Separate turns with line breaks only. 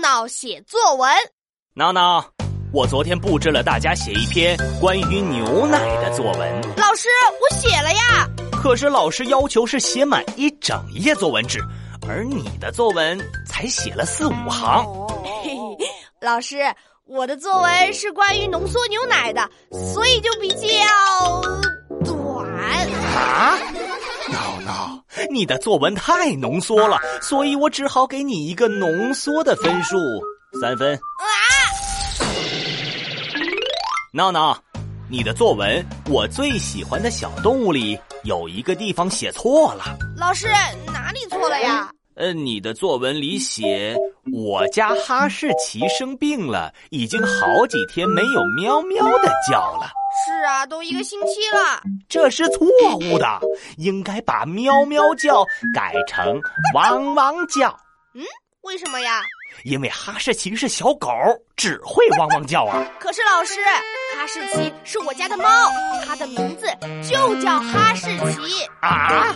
闹写作文。
闹闹，我昨天布置了大家写一篇关于牛奶的作文，
老师，我写了呀，
可是老师要求是写满一整页作文纸，而你的作文才写了四五行。
老师，我的作文是关于浓缩牛奶的，所以就比较短。
啊，闹闹，你的作文太浓缩了，所以我只好给你一个浓缩的分数，三分。闹闹，你的作文我最喜欢的小动物里有一个地方写错了。
老师哪里错了呀？
呃，你的作文里写我家哈士奇生病了，已经好几天没有喵喵的叫了。
是啊，都一个星期了。
这是错误的，应该把喵喵叫改成汪汪叫，
为什么呀？
因为哈士奇是小狗，只会汪汪叫啊。
可是老师，哈士奇是我家的猫，它的名字就叫哈士奇。
啊，